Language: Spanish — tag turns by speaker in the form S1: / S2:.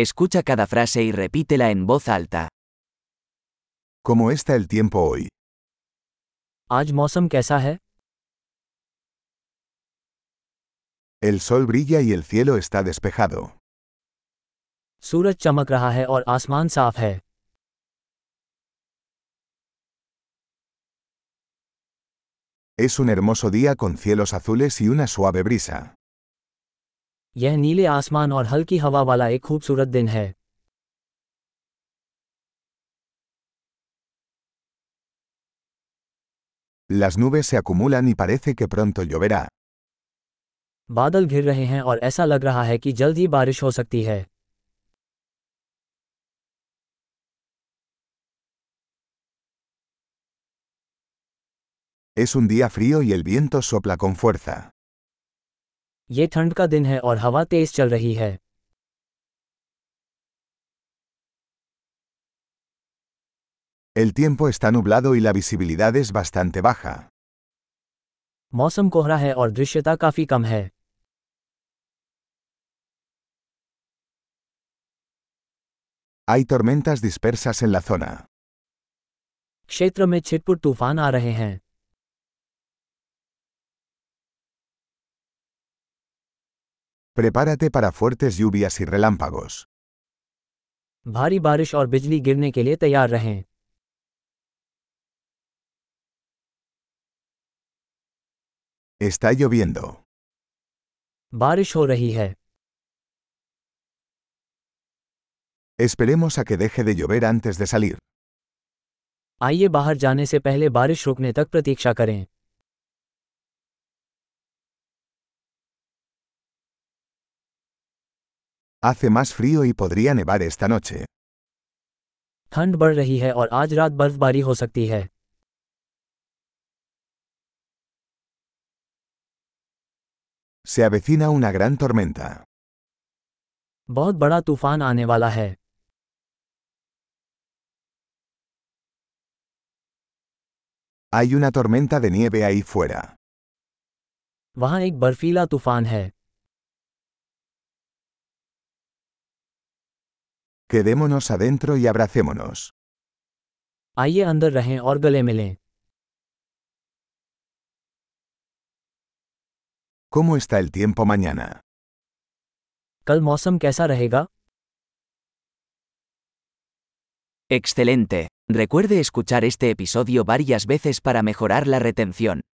S1: Escucha cada frase y repítela en voz alta.
S2: ¿Cómo está el tiempo hoy?
S3: आज मौसम कैसा है
S2: El sol brilla y el cielo está despejado.
S3: सूरज चमक रहा है और आसमान साफ है
S2: Es un hermoso día con cielos azules y una suave brisa.
S3: यह नीले आसमान और हल्की हवा वाला एक खूबसूरत दिन है
S2: Las nubes se acumulan y parece que pronto lloverá.
S3: बादल घिर रहे हैं और ऐसा लग रहा है कि जल्द ही बारिश हो सकती है
S2: Es un día frío y el viento sopla con fuerza.
S3: ये ठंड का दिन है और हवा तेज चल रही है
S2: El tiempo está nublado y la visibilidad es bastante baja.
S3: मौसम कोहरा है और दृश्यता काफ़ी कम है
S2: Hay tormentas dispersas en la zona.
S3: क्षेत्र में छिटपुट तूफान आ रहे हैं
S2: Prepárate para fuertes lluvias y relámpagos.
S3: भारी बारिश और बिजली गिरने के लिए तैयार रहें
S2: Está lloviendo.
S3: बारिश हो रही है
S2: Esperemos a que deje de llover antes de salir.
S3: आइए बाहर जाने से पहले बारिश रुकने तक प्रतीक्षा करें
S2: Hace más frío y podría nevar esta noche.
S3: ठंड बढ़ रही है और आज रात बर्फबारी हो सकती है
S2: Se avecina una gran tormenta.
S3: बहुत बड़ा तूफान आने वाला है
S2: Hay una tormenta de nieve ahí fuera.
S3: वहाँ एक बर्फीला तूफान है
S2: Quedémonos adentro y abracémonos.
S3: आइए अंदर रहें और गले मिलें
S2: ¿Cómo está el tiempo mañana?
S3: कल मौसम कैसा रहेगा
S1: Excelente. Recuerde escuchar este episodio varias veces para mejorar la retención.